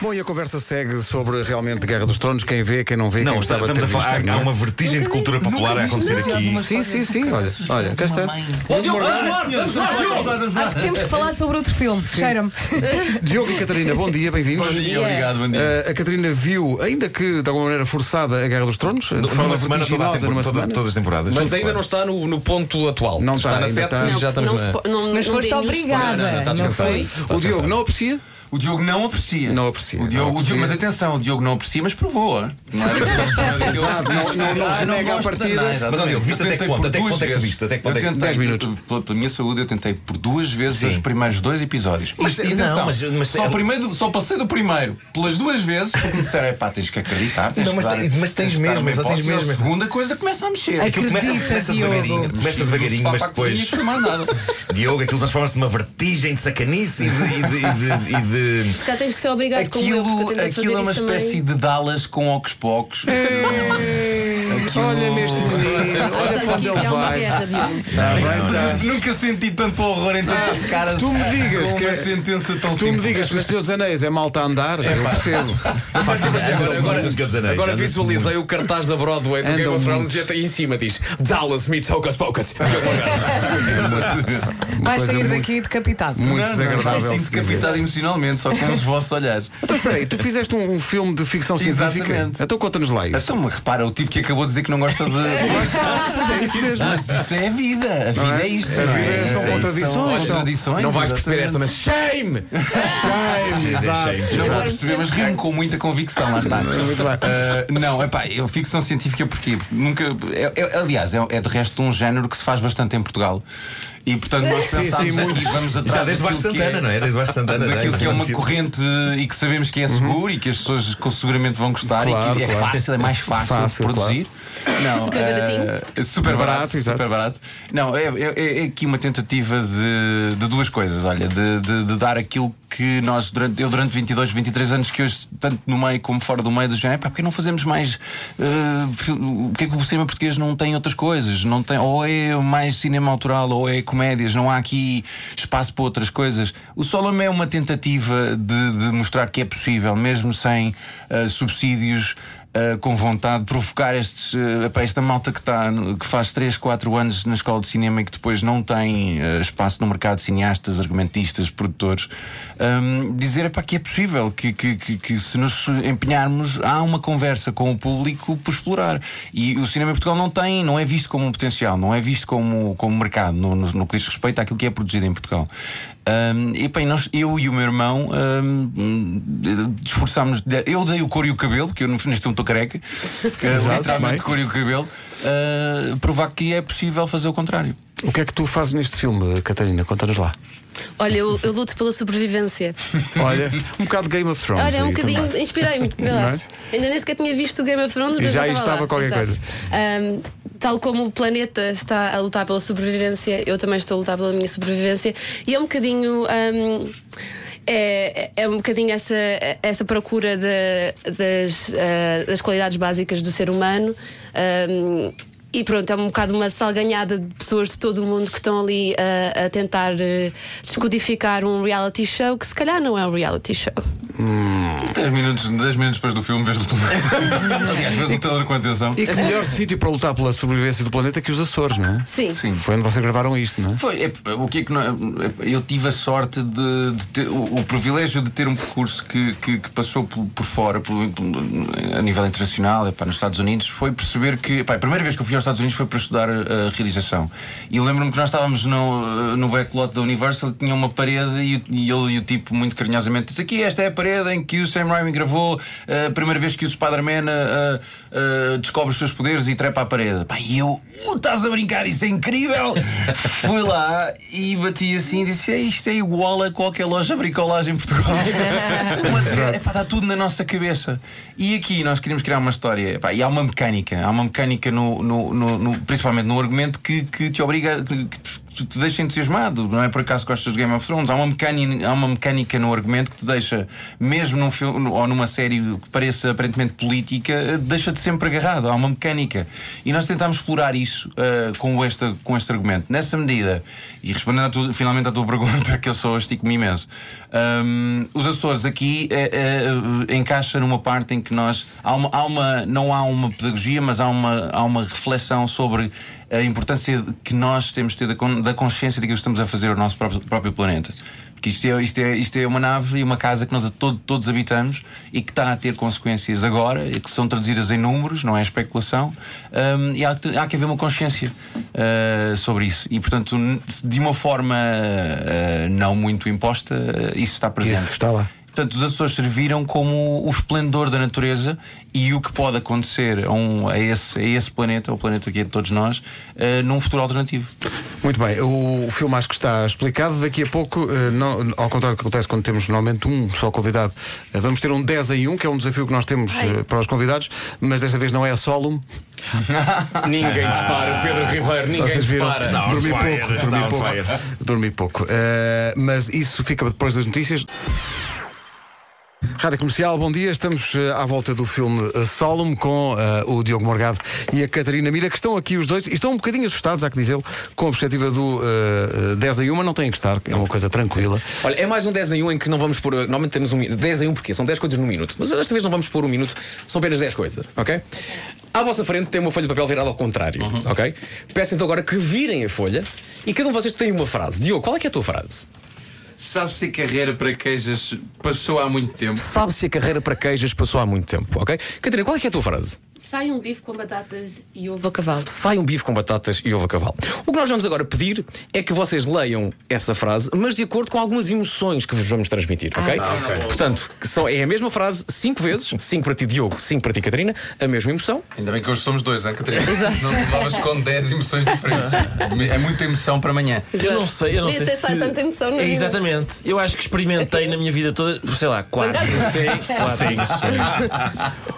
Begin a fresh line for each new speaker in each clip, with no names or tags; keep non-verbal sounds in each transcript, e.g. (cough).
Bom, e a conversa segue sobre realmente Guerra dos Tronos. Quem vê, quem não vê,
Não,
quem
está-
gostava de
estamos
ter
a falar. Ah,
visto,
Há, há
não é?
uma vertigem de cultura popular a acontecer aqui.
Sim, sim, sim. Olha, olha, cá está.
Ô, Diogo, vamos lá, vamos lá, Diogo!
Acho que temos que falar sobre outro filme. Cheira-me.
Diogo e Catarina, bom dia, bem-vindos.
Bom dia, obrigado, bom dia.
Eh, a Catarina viu, ainda que de alguma maneira forçada, a Guerra dos Tronos, de forma
Numa semana, toda a
vertiginosa,
tempo-
numa
todas-
semana.
todas as temporadas.
Mas
Muito
ainda
bem.
não está no, no ponto atual.
Não
está,
está,
na
ainda
7
Tá.
está.
e já estamos
não
na.
se po- não-
Mas
não
foste
deem nos
obrigada.
spoilers.
está
não
descansado.
foi?
Está
O Diogo
descansado.
não aprecia?
O Diogo não aprecia.
Não aprecia,
O Diogo,
não
o Diogo- mas
aprecia. é?
atenção, o Diogo não aprecia, mas provou. hein? Não (laughs) era daqueles-
Exato, não- não- não
Ah,
renega à
gosto de
partida.
nada, exatamente.
Mas, ó, Diogo, viste
Eu
até
tentei
que ponto?
por
Até que
duas
ponto é que
vezes.
viste? Até que ponto
Eu
é que-
tentei-
Dez minutos.
Pela, pela minha saúde, eu tentei por duas vezes
Sim.
os primeiros dois episódios.
Mas,
E,
não,
atenção,
mas- é- mas-
só, primeiro, só passei do primeiro pelas duas vezes porque me disseram: é pá, tens que acreditar. Tens
Não,
que
mas
dar-
tem- mas tens
que dar
mesmo,
uma
exato, tens
hipótese, e a
mesmo.
segunda coisa começa a mexer.
Aquilo começa,
Acredita,
começa
Diogo.
devagarinho, começa devagarinho, mas
Não
depois.
tinha mais nada.
Diogo, aquilo transforma-se numa vertigem de sacanice e de. E de, e de- e de-
Se calhar tens que ser obrigado como eu,
Aquilo,
porque eu tentei
aquilo
fazer
é uma
isso também.
espécie de Dallas com ocos
(laughs)
pocos.
Tá Olha neste menino, olha
Portanto,
para onde
aqui
ele
é uma
vai.
guerra, Diogo.
Ah, bem, tá. Ah,
Nunca senti tanto horror em tantas caras.
tu me digas
com
que- é-
uma sentença tão
Tu me
simples. (laughs)
digas que o Senhor dos Anéis é malta a andar, eu
(laughs)
percebo.
Anda-se
Agora, agora,
muito no Senhor dos Anéis,
agora
anda-se
visualizei o cartaz da Broadway do
Andam
Game of Thrones
muito.
e até em cima diz Dallas meets Hocus Pocus.
Uma
Vais
coisa
sair
muito-
daqui decapitado.
Muito
é
Não, é não,
desagradável.
eu
de
assim
Sinto
se dizer.
decapitado emocionalmente, só com os vossos olhares.
Então espera aí, tu fizeste um, um filme de ficção científica?
Exatamente.
Então conta-nos lá isso.
Então, mas repara, o tipo que acabou de dizer que não gosta
(laughs)
de. Mas isto é a vida. A vida é isto.
A
não
vida é- são
Isso,
contradições,
são
são-
contradições.
Não vais perceber esta,
exatamente.
mas shame!
Exato.
Não vou perceber, mas rimo com muita convicção, lá está. Ah, não, é pá, eu ficção científica porquê? Porque nunca. é- é- aliás, é, é de resto um género que se faz bastante em Portugal. E portanto nós pensámos aqui, vamos atrás.
Já desde o Vasco
daquilo que é-
Santana, não é? Desde o Vasco Santana.
Daquilo
já
que é uma
conhecido.
corrente e que sabemos que é seguro e que as pessoas com- seguramente vão gostar
Claro,
e que é
claro.
fácil, é mais fácil,
Fácil,
de produzir. Não,
Super baratinho.
eh, super barato,
Barato, exato.
super barato. Não, é, é- é aqui uma tentativa de, de duas coisas, olha, de, de- de dar aquilo que nós, durante, eu durante 22, 23 anos, que hoje, tanto no meio como fora do meio, do género, pá, porque não fazemos mais. eh, fil- o que é que o cinema português não tem outras coisas? Não tem, ou é mais cinema autoral, ou é comédias, não há aqui espaço para outras coisas. O Solomon é uma tentativa de, de mostrar que é possível, mesmo sem eh, subsídios. eh, com vontade de provocar estes, eh, pá, esta malta que, tá, no- que faz 3, 4 anos na escola de cinema e que depois não tem eh, espaço no mercado de cineastas, argumentistas, produtores, hum, dizer epá, que é possível, que, que, que, que se nos empenharmos há uma conversa com o público por explorar. E o cinema em Portugal não tem, não é visto como um potencial, não é visto como, como mercado no, no, no que diz respeito àquilo que é produzido em Portugal. Hum, e bem, nós, eu e o meu irmão hum, hum, esforçámos. Eu dei o couro e o cabelo, porque eu neste momento estou careca, Exato, literalmente
bem.
couro e o cabelo, ah, provar que é possível fazer o contrário.
O que é que tu fazes neste filme, Catarina? Conta-nos (laughs) lá.
Olha, eu, eu luto pela sobrevivência.
Olha, um bocado Game of Thrones.
Olha, um
aí
bocadinho,
também.
inspirei-me, vê
Não
lá.
é?
Ainda nem sequer tinha visto o Game of Thrones,
E
mas
já
eu
aí estava
lá.
qualquer
Exato.
coisa.
Ahm, tal como o planeta está a lutar pela sobrevivência, eu também estou a lutar pela minha sobrevivência. E é um bocadinho. ahm, é, é um bocadinho essa, essa procura de- das, ah, das qualidades básicas do ser humano. ahm, e pronto, é um bocado uma salganhada de pessoas de todo o mundo que estão ali ah, a, tentar eh, descodificar um reality show que se calhar não é um reality show.
10 minutos, 10 minutos depois do filme, vês o (laughs) trailer. Aliás, vês o trailer com atenção.
E que
(laughs)
melhor sítio para lutar pela sobrevivência do planeta que os Açores, não é?
Sim.
Sim.
Foi onde vocês gravaram isto, não é?
Foi, é, o que é que não- é, eu tive a sorte de, de ter o, o privilégio de ter um percurso que, que, que passou por, por fora, por- por- a nível internacional, epá, nos Estados Unidos, foi perceber que epá, a primeira vez que eu fui aos Estados Unidos foi para estudar a realização. E lembro-me que nós estávamos no, eh, no backlot da Universal, tinha uma parede e, o- e ele e o tipo muito carinhosamente disse: Aqui, esta é a parede em que o Sam Raimi gravou eh, a primeira vez que o Spider-Man eh, eh, descobre os seus poderes e trepa à parede. Pá, e eu, "Uh, estás a brincar, isso é incrível! Fui lá e bati assim e disse: "É, Isto é igual a qualquer loja de bricolagem em Portugal. Uma cena- epá, está tudo na nossa cabeça. E aqui nós queríamos criar uma história. epá, e há uma mecânica, há uma mecânica, no, no- no- no- principalmente no argumento, que, que te obriga, que te te, te deixa entusiasmado. Não é por acaso que gostas de Game of Thrones. Há uma mecânica, há uma mecânica no argumento que te deixa, mesmo num filme ou numa série que pareça aparentemente política, eh, deixa-te sempre agarrado. Há uma mecânica. E nós tentámos explorar isso eh, com, esta, com este argumento. Nessa medida, e respondendo à tua- finalmente à tua (laughs) pergunta, que eu só estico-me imenso, hum, os Açores aqui eh, eh, encaixa numa parte em que nós. Há uma, há uma- não há uma pedagogia, mas há uma, há uma reflexão sobre a importância que nós temos de ter da, con- da consciência daquilo que estamos a fazer ao nosso próprio, próprio planeta. Porque isto é, isto, é, isto é uma nave e uma casa que nós a todo- todos habitamos e que está a ter consequências agora, e que são traduzidas em números, não é especulação, hum, e há, que- há que haver uma consciência ah, sobre isso. E, portanto, n- de uma forma ah, não muito imposta, ah, isso está presente.
Isso está lá.
Portanto, os Açores serviram como o esplendor da natureza e o que pode acontecer a, um- a esse, a esse planeta, ao planeta que é de todos nós, eh, num futuro alternativo.
Muito bem, o filme acho que está explicado. Daqui a pouco, eh, não- ao contrário do que acontece quando temos normalmente um só convidado, eh, vamos ter um 10 em 1, que é um desafio que nós temos eh, para os convidados, mas desta vez não é a solo.
Ninguém te para, Pedro Ribeiro, ninguém
Vocês
te
viram?
para.
Está on
dormi
fire,
pouco,
está
dormi
on
pouco.
fire.
(laughs) Dormi pouco. Eh, mas isso fica depois das notícias. Rádio Comercial, bom dia. Estamos eh, à volta do filme eh, Solemn com eh, o Diogo Morgado e a Catarina Mira, que estão aqui os dois e estão um bocadinho assustados, há que dizer, com a perspectiva do eh, eh, 10 em 1, não têm que estar, é uma coisa tranquila.
Olha, é mais um 10 em 1 em que não vamos pôr. Normalmente temos um mi- 10 em 1 porque são 10 coisas num minuto. Mas desta vez não vamos pôr um minuto, são apenas 10 coisas, ok? À vossa frente tem uma folha de papel virada ao contrário, ok? Peço então agora que virem a folha e cada um de vocês tem uma frase. Diogo, qual é que é a tua frase?
Sabe se a carreira para queijas passou há muito tempo?
Sabe-se a carreira para queijas passou há muito tempo, ok? Catarina, qual é que é a tua frase?
Sai um bife com batatas e ovo a cavalo.
Sai um bife com batatas e ovo a cavalo. O que nós vamos agora pedir é que vocês leiam essa frase, mas de acordo com algumas emoções que vos vamos transmitir, ok?
Ah,
Portanto, que são- é a mesma frase cinco vezes, cinco para ti, Diogo, cinco para ti, Catarina, a mesma emoção.
Ainda bem que hoje somos dois, hein, Catarina? Não te levavas com 10 emoções diferentes. (laughs) É muita emoção para amanhã.
Eu não sei, eu não
Nem
sei
sei
se.
se há tanta emoção na
é,
vida.
exatamente. Eu acho que experimentei na minha vida toda, sei lá, quatro. Sim, quatro emoções.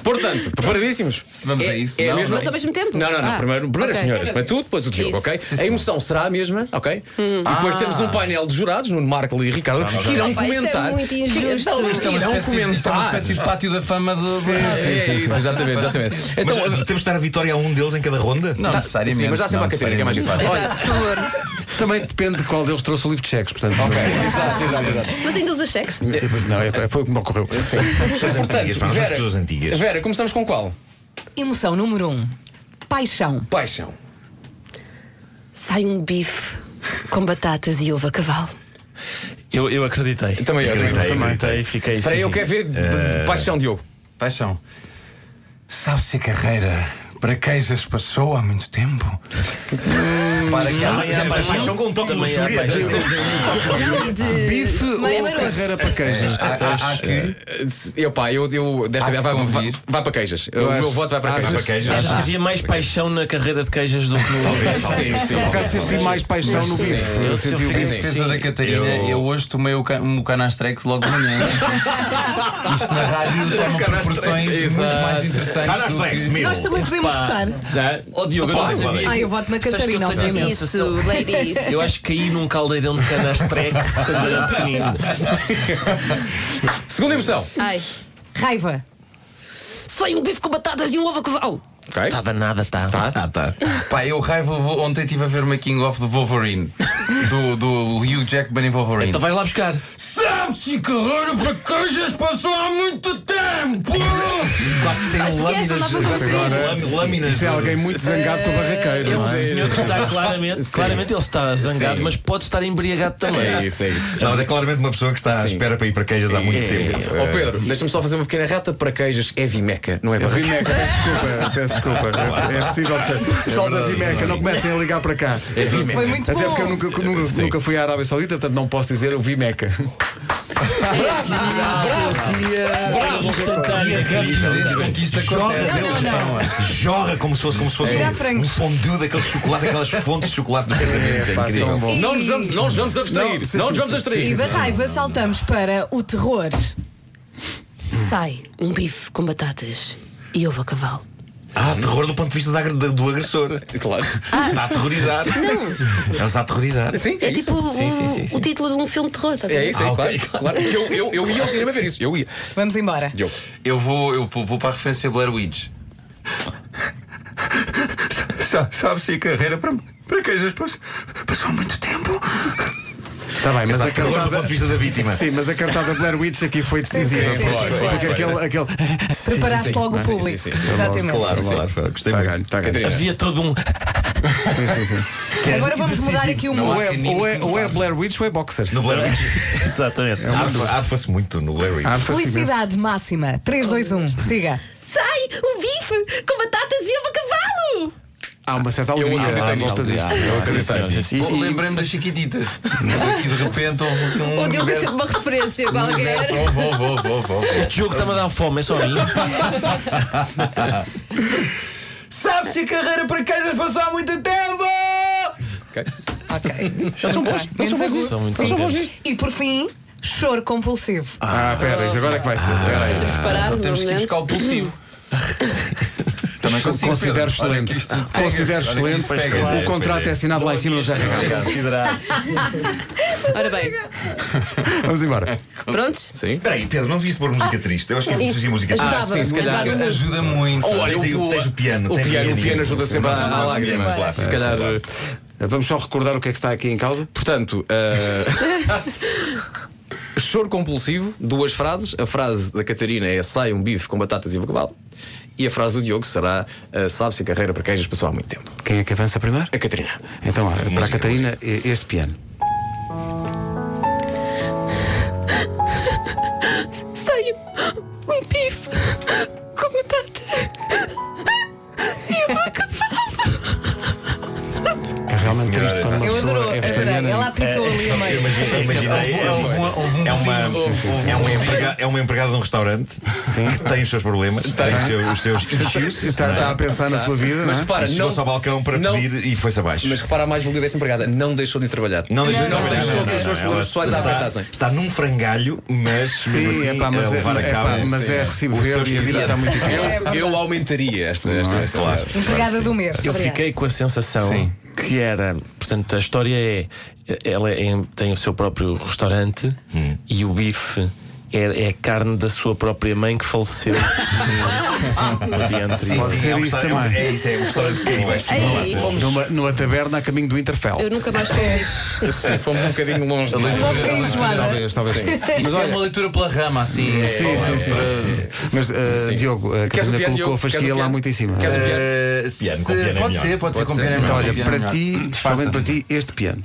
Portanto, preparadíssimos?
vamos
é,
a isso,
é
não?
a mesma-
Mas ao mesmo tempo?
Não, não, não.
Ah,
primeiro, primeiro as
ok.
senhoras, para tu, depois o Diogo,
Isso.
ok? a emoção será a mesma, ok? E
Ah.
depois temos um painel de jurados, Nuno Marco e Ricardo, que irão
Pá, isto é
comentar.
muito
que-
injusto.
não,
Isto é
irão
Isto é uma
comentar.
espécie de pátio da fama do.
É isso, exatamente, exatamente.
Mas
Então,
temos de estar a vitória a um deles em cada ronda?
Não
Tá-
necessariamente.
Sim, mas dá sempre
não
a Catarina, que é mais
necessariamente.
importante. Olha,
Exato, por favor.
Também depende de qual deles trouxe o livro de cheques, portanto. é?
exato, exato, exato.
Mas ainda usa cheques?
Não, é- foi o que me ocorreu.
pessoas antigas, pá, nós somos pessoas antigas.
Vera, começamos com qual?
Emoção número 1. Um. Paixão.
Paixão.
Sai um bife com batatas e ovo a cavalo.
Eu, eu acreditei.
Também eu
acreditei.
Acreditei, fiquei. assim.
Para
sim,
eu
sim.
quero ver de- de
Eh,
paixão, Diogo.
Paixão. Sabe-se a carreira para queijas passou há muito tempo? para que
Mas é paixão com um toque de
Também há
luxúria.
paixão.
atenção.
Não, e de.
Bife
é
Maria
ou
Maroto.
carreira para
(laughs)
queijas?
Há, há
é.
que.
Eu, pá, eu, eu desta
Há
vez
que
vai, vai,
convir.
vai para queijas. o
acho-
meu voto vai
Ah,
para
acho-
queijas.
Para queijas.
Achas que Ah. havia mais paixão na carreira de queijas do que no.
Sim, sim.
Por acaso senti mais paixão no bife.
eu- eu
senti o
fiquei-
bife.
Em defesa da Catarina, eu,
Eu-
hoje tomei o ca- um canastrex logo de (laughs) manhã. Isto na rádio toma proporções muito
Exato.
mais interessantes.
Cara, as
do
legs,
que...
meu.
Nós também podemos votar.
Oh, Diogo, eu não
Podem,
sabia.
podem.
Ah, eu voto na
Sabes que
Catarina,
eu tenho
obviamente.
imensa
Isso,
sensação-
ladies.
Eu acho que caí num caldeirão de canastrex (laughs) quando era pequenino.
Segunda emoção.
Ai.
Raiva.
Sai um bife com batatas e um ovo a cavalo.
Ok.
Está danada, tá.
Ah, tá.
Pá, eu raiva. vou- Ontem estive a ver uma King of do Wolverine. Do, do Hugh Jackman em Wolverine.
Então vais lá buscar.
Sabe-se carreira para queijas passou há muito tempo!
quase que saíram
Acho que essa dá para conseguir.
Lâminas.
Isto é alguém muito zangado com o barraqueiro,
Esse
não é?
senhor que está claramente. Claramente ele está zangado,
Sim.
mas pode estar embriagado
É
também.
isso, é isso.
Não, mas é claramente uma pessoa que está à
Sim.
espera para ir para
Tá
queijas há muito
É,
tempo.
é. Ó Pedro, deixa-me só fazer uma pequena reta para queijas. É Vimeca, não é para
Vimeca,
(laughs)
peço desculpa, peço desculpa. É, é possível dizer. Pessoal da Vimeca, não comecem a ligar para cá.
É
Isto foi muito
Até
bom.
porque eu nunca, nunca, nunca fui à Arábia Saudita, portanto não posso dizer eu vi Meca.
Ah,
Bravo, instantânea,
Conquista
Jorra,
acontece.
deles, jorra como se fosse, como se fosse
Tirar
um, um
frangos.
fondue daquele chocolate, aquelas fontes de chocolate do casamento. É, incrível.
bom.
Não nos vamos, não nos vamos abstrair.
Não,
Não,
sim, sim,
nos vamos
sim,
abstrair.
E da raiva saltamos para o terror.
Sai um bife com batatas e ovo a cavalo.
Ah, terror do ponto de vista da- da- do agressor.
Claro.
Está aterrorizado. Ele está aterrorizado.
Sim, é,
É
isso.
tipo um-
Sim, sim, sim, sim.
o título de um filme de terror, estás a
É
ver?
isso, é,
Ah,
claro.
ok.
claro. Eu, eu, eu ia ao cinema ver isso. Eu ia.
Vamos embora.
Diogo.
Eu vou, eu vou para a referência Blair Witch.
Sabes se a carreira para, para queijas passou muito tempo.
Está bem, mas
Mas
a
está terror do
cartada.
ponto de vista da vítima.
Sim, mas a cartada Blair Witch aqui foi decisiva.
Sim, sim,
porque-
sim, foi,
Porque aquele. aquele...
Preparaste logo o
sim,
público.
sim, sim. Tá
Exatamente.
Claro, claro, claro. Gostei
Está
muito.
ganho, está ganho.
Catarina.
Havia todo um.
Agora vamos mudar aqui o
Ou
mundo.
é, ou, é, ou é Blair Witch ou é boxer.
No Blair Witch.
Exatamente.
Tá
Arfa-se muito no Blair Witch.
Ah, faz imenso.
Felicidade máxima. 3, 2, 1. Siga.
Sai! Um bife com batatas e ovo a cavalo!
Há uma certa alegria
acredito
à
em
volta disto. Eu
Sim,
acredito.
senhoras, sim,
Bom,
sim.
Lembrando das Chiquititas. E de repente houve aqui um.
Ou deu
universo-
sempre uma referência qualquer.
universo.
Ah,
Oh, Vou, vou, vou, vou. vou.
Este jogo está-me a dar fome, é só a mim.
Sabe-se a carreira para queijas passou há muito tempo!
Ok.
Ok. Eles
são bons, eles são bons nisto.
Estão muito
Eles são bons
contentes.
nisto.
E por fim, choro compulsivo.
Ah, pera, isto agora é que vai ser.
Ah.
Espera aí.
Deixa eu reparar,
Então temos que ir
normalmente.
buscar o pulsivo. Também consigo.
Considero
Pedro. Olha
excelente.
que isto-
Considero
olha que
excelente.
isto pega.
Pois
O
é,
contrato
pois
é
é.
assinado lá em cima no Zé Regal.
Considerar.
Ora bem,
Vamos embora.
prontos?
Sim.
Peraí, Pedro, não devia pôr música triste. Eu acho que eu
Isso,
preciso música triste.
ajudava.
Ah, sim, se calhar.
Entrar no mundo.
Ajuda muito.
Tens aí o- tens o piano,
O
tens
piano, o
pianinho.
piano ajuda
Sim,
sempre
sim,
à à
sim,
lágrima.
sim,
Se
sim,
calhar.
sim,
Vamos só recordar o que é que está aqui em causa.
Portanto, eh, (laughs) choro compulsivo, duas frases. A frase da Catarina é sai um bife com batatas e ovo a cavalo. E a frase do Diogo será eh, sabe-se a carreira para queijas passou há muito tempo.
Quem é que avança primeiro?
A Catarina.
Então, olha, para a Catarina, e- este piano.
Sai um bife com batatas.
É realmente
senhora,
triste quando uma
Eu adoro.
pessoa é vegetariana.
Ela apitou ali a meio.
Imagina- imagina, é- é uma- é uma- é uma emprega- É uma empregada de um restaurante que tem os seus problemas, tem os seus- os seus issues.
e Está,
não é?
está a pensar na sua vida, não
Mas
é?
repara, não.
Chegou-se ao balcão para
não-
pedir e foi-se abaixo.
Mas repara a mais valia desta empregada, não deixou de ir trabalhar.
Não deixou,
Não
não,
deixou
não,
que
não,
os seus
não,
problemas
ela
pessoais
está-
afetassem.
Está num frangalho, mas mesmo assim,
Sim, é pá, mas
a
é,
levar a
é
cabo.
pá, mas é recibo
os seus
verde e a vida está
pisados.
muito difícil.
É
Eu aumentaria esta. esta, esta-
Claro.
Empregada do mês.
Eu fiquei com a sensação que era, portanto, a história é. Ela é em- tem o seu próprio restaurante e o bife é, é a carne da sua própria mãe que faleceu. No dia anterior.
Pode ser
é um
isso
restaurante-
também.
É isso, é um restaurante pequenino. é
Ei,
Numa, numa taberna a caminho do Interfell.
eu nunca mais comi.
Sim, fomos um bocadinho longe de
Não fiquei enjoada.
Talvez, talvez.
Isto é uma leitura pela rama, assim. é-
Sim, sim, sim. Mas, eh, Diogo, a
Queres o
Catarina colocou
piano, Diogo?
a
Queres
fasquia
o
lá
piano?
muito em cima.
Queres um o piano?
Eh,
Piano, com
se-
piano é
pode
melhor.
ser, pode ser com piano é
Então,
melhor.
olha,
Piano é
para
melhor.
ti, especialmente para ti, este piano.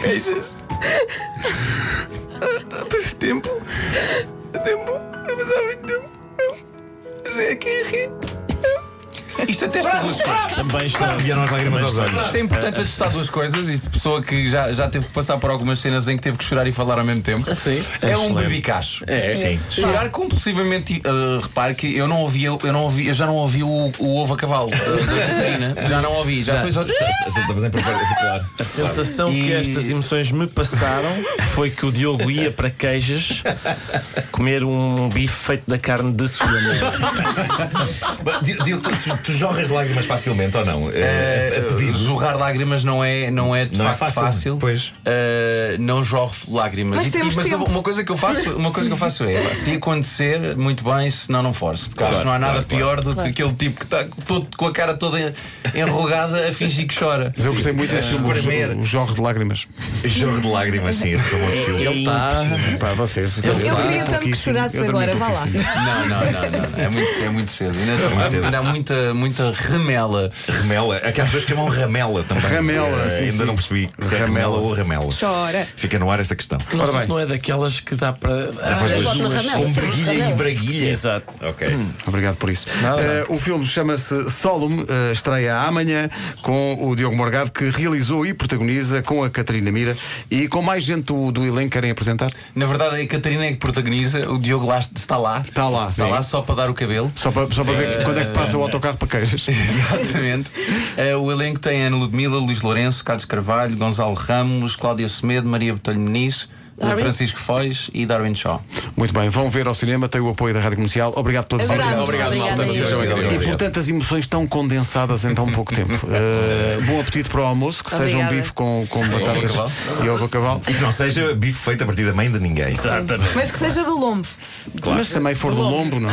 Queijas. Há tempo. Há tempo. Mas há muito tempo. Mas é que é rir. É. Isto até está duas coisas.
Também está.
Vieram as lágrimas aos olhos.
Isto é importante atestar duas coisas. Isto de pessoa que já, já teve que passar por algumas cenas em que teve que chorar e falar ao mesmo tempo.
Sim.
É um
Excelente.
bebicacho.
É, sim.
Chorar compulsivamente. eh, repare que eu não ouvi, eu não ouvi, eu já não ouvi o, o ovo a cavalo. eh, da Catarina. (laughs) já não ouvi, já, depois outros.
Estamos em preparação, claro.
A sensação que
E-
estas emoções me passaram foi que o Diogo ia para queijas comer um bife feito da carne da sua mãe.
Mas, Di- Diogo, tu, tu, tu jorras lágrimas facilmente ou não? Eh, a- a
Eh,
pedir.
jorrar lágrimas não é, não é de
Não é
facto
fácil,
fácil.
pois.
Eh, não jorro lágrimas.
Mas
E- e-
temos
mas
tempo.
uma coisa que eu faço, uma coisa que eu faço é, pá, se acontecer, muito bem, se não não forço. Porque acho que não há nada pior do que aquele tipo que está todo- com a cara toda enrugada a fingir que chora.
Mas eu gostei muito deste filme,
Espremer.
o Jorro de Lágrimas.
Jorro de lágrimas, sim, esse foi um filme.
É impressionante.
Pá, vocês.
Eu queria tanto que
pouquíssimo.
chorasses
Eu dormi
agora, vá lá.
pouquíssimo.
Não, não, não, não, não. É muito, é muito cedo. Ainda,
muito cedo.
ainda há muita, muita remela.
Remela, aquelas pessoas que chamam ramela também.
Ramela,
Eh,
sim,
Ainda
sim.
não percebi se é
Ramela.
ramela ou ramela.
Chora.
Fica no ar esta questão.
Não sei
bem.
se não é daquelas que dá para. Ah,
Depois
eu
das
boto na
duas.
ramela,
Com
sempre
braguilha e
ramela.
braguilha.
Exato.
Ok.
Obrigado por isso.
Nada.
Eh, o filme chama-se Solum, eh, estreia amanhã com o Diogo Morgado, que realizou e protagoniza com a Catarina Mira e com mais gente do, do elenco querem apresentar.
Na verdade, a Catarina é que protagoniza, o Diogo lá está lá.
Está lá,
Está
sim.
lá só para dar o cabelo. (laughs)
Só para, só para ver quando é que passa o autocarro para
(laughs)
queijas. (laughs)
Exatamente. Eh, o elenco tem Ana Ludmila, Luís Lourenço, Carlos Carvalho, Gonzalo Ramos, Cláudia Semedo, Maria Botelho Muniz,
Darwin.
Francisco Foz e Darwin Shaw.
Muito bem, vão ver ao cinema, tem o apoio da Rádio Comercial. Obrigado pela visita.
Adoramos.
Obrigado, malta.
Obrigada,
Vocês são
eu.
incríveis.
E portanto as emoções estão condensadas em tão pouco
(laughs)
tempo. Eh, bom apetite para o almoço, que seja um
Obrigada.
bife com, com batatas
cavalo.
e ovo a cavalo.
Que não seja bife feito a partir da mãe de ninguém.
Exatamente.
Mas que seja do lombo.
é? Mas também for do lombo, não?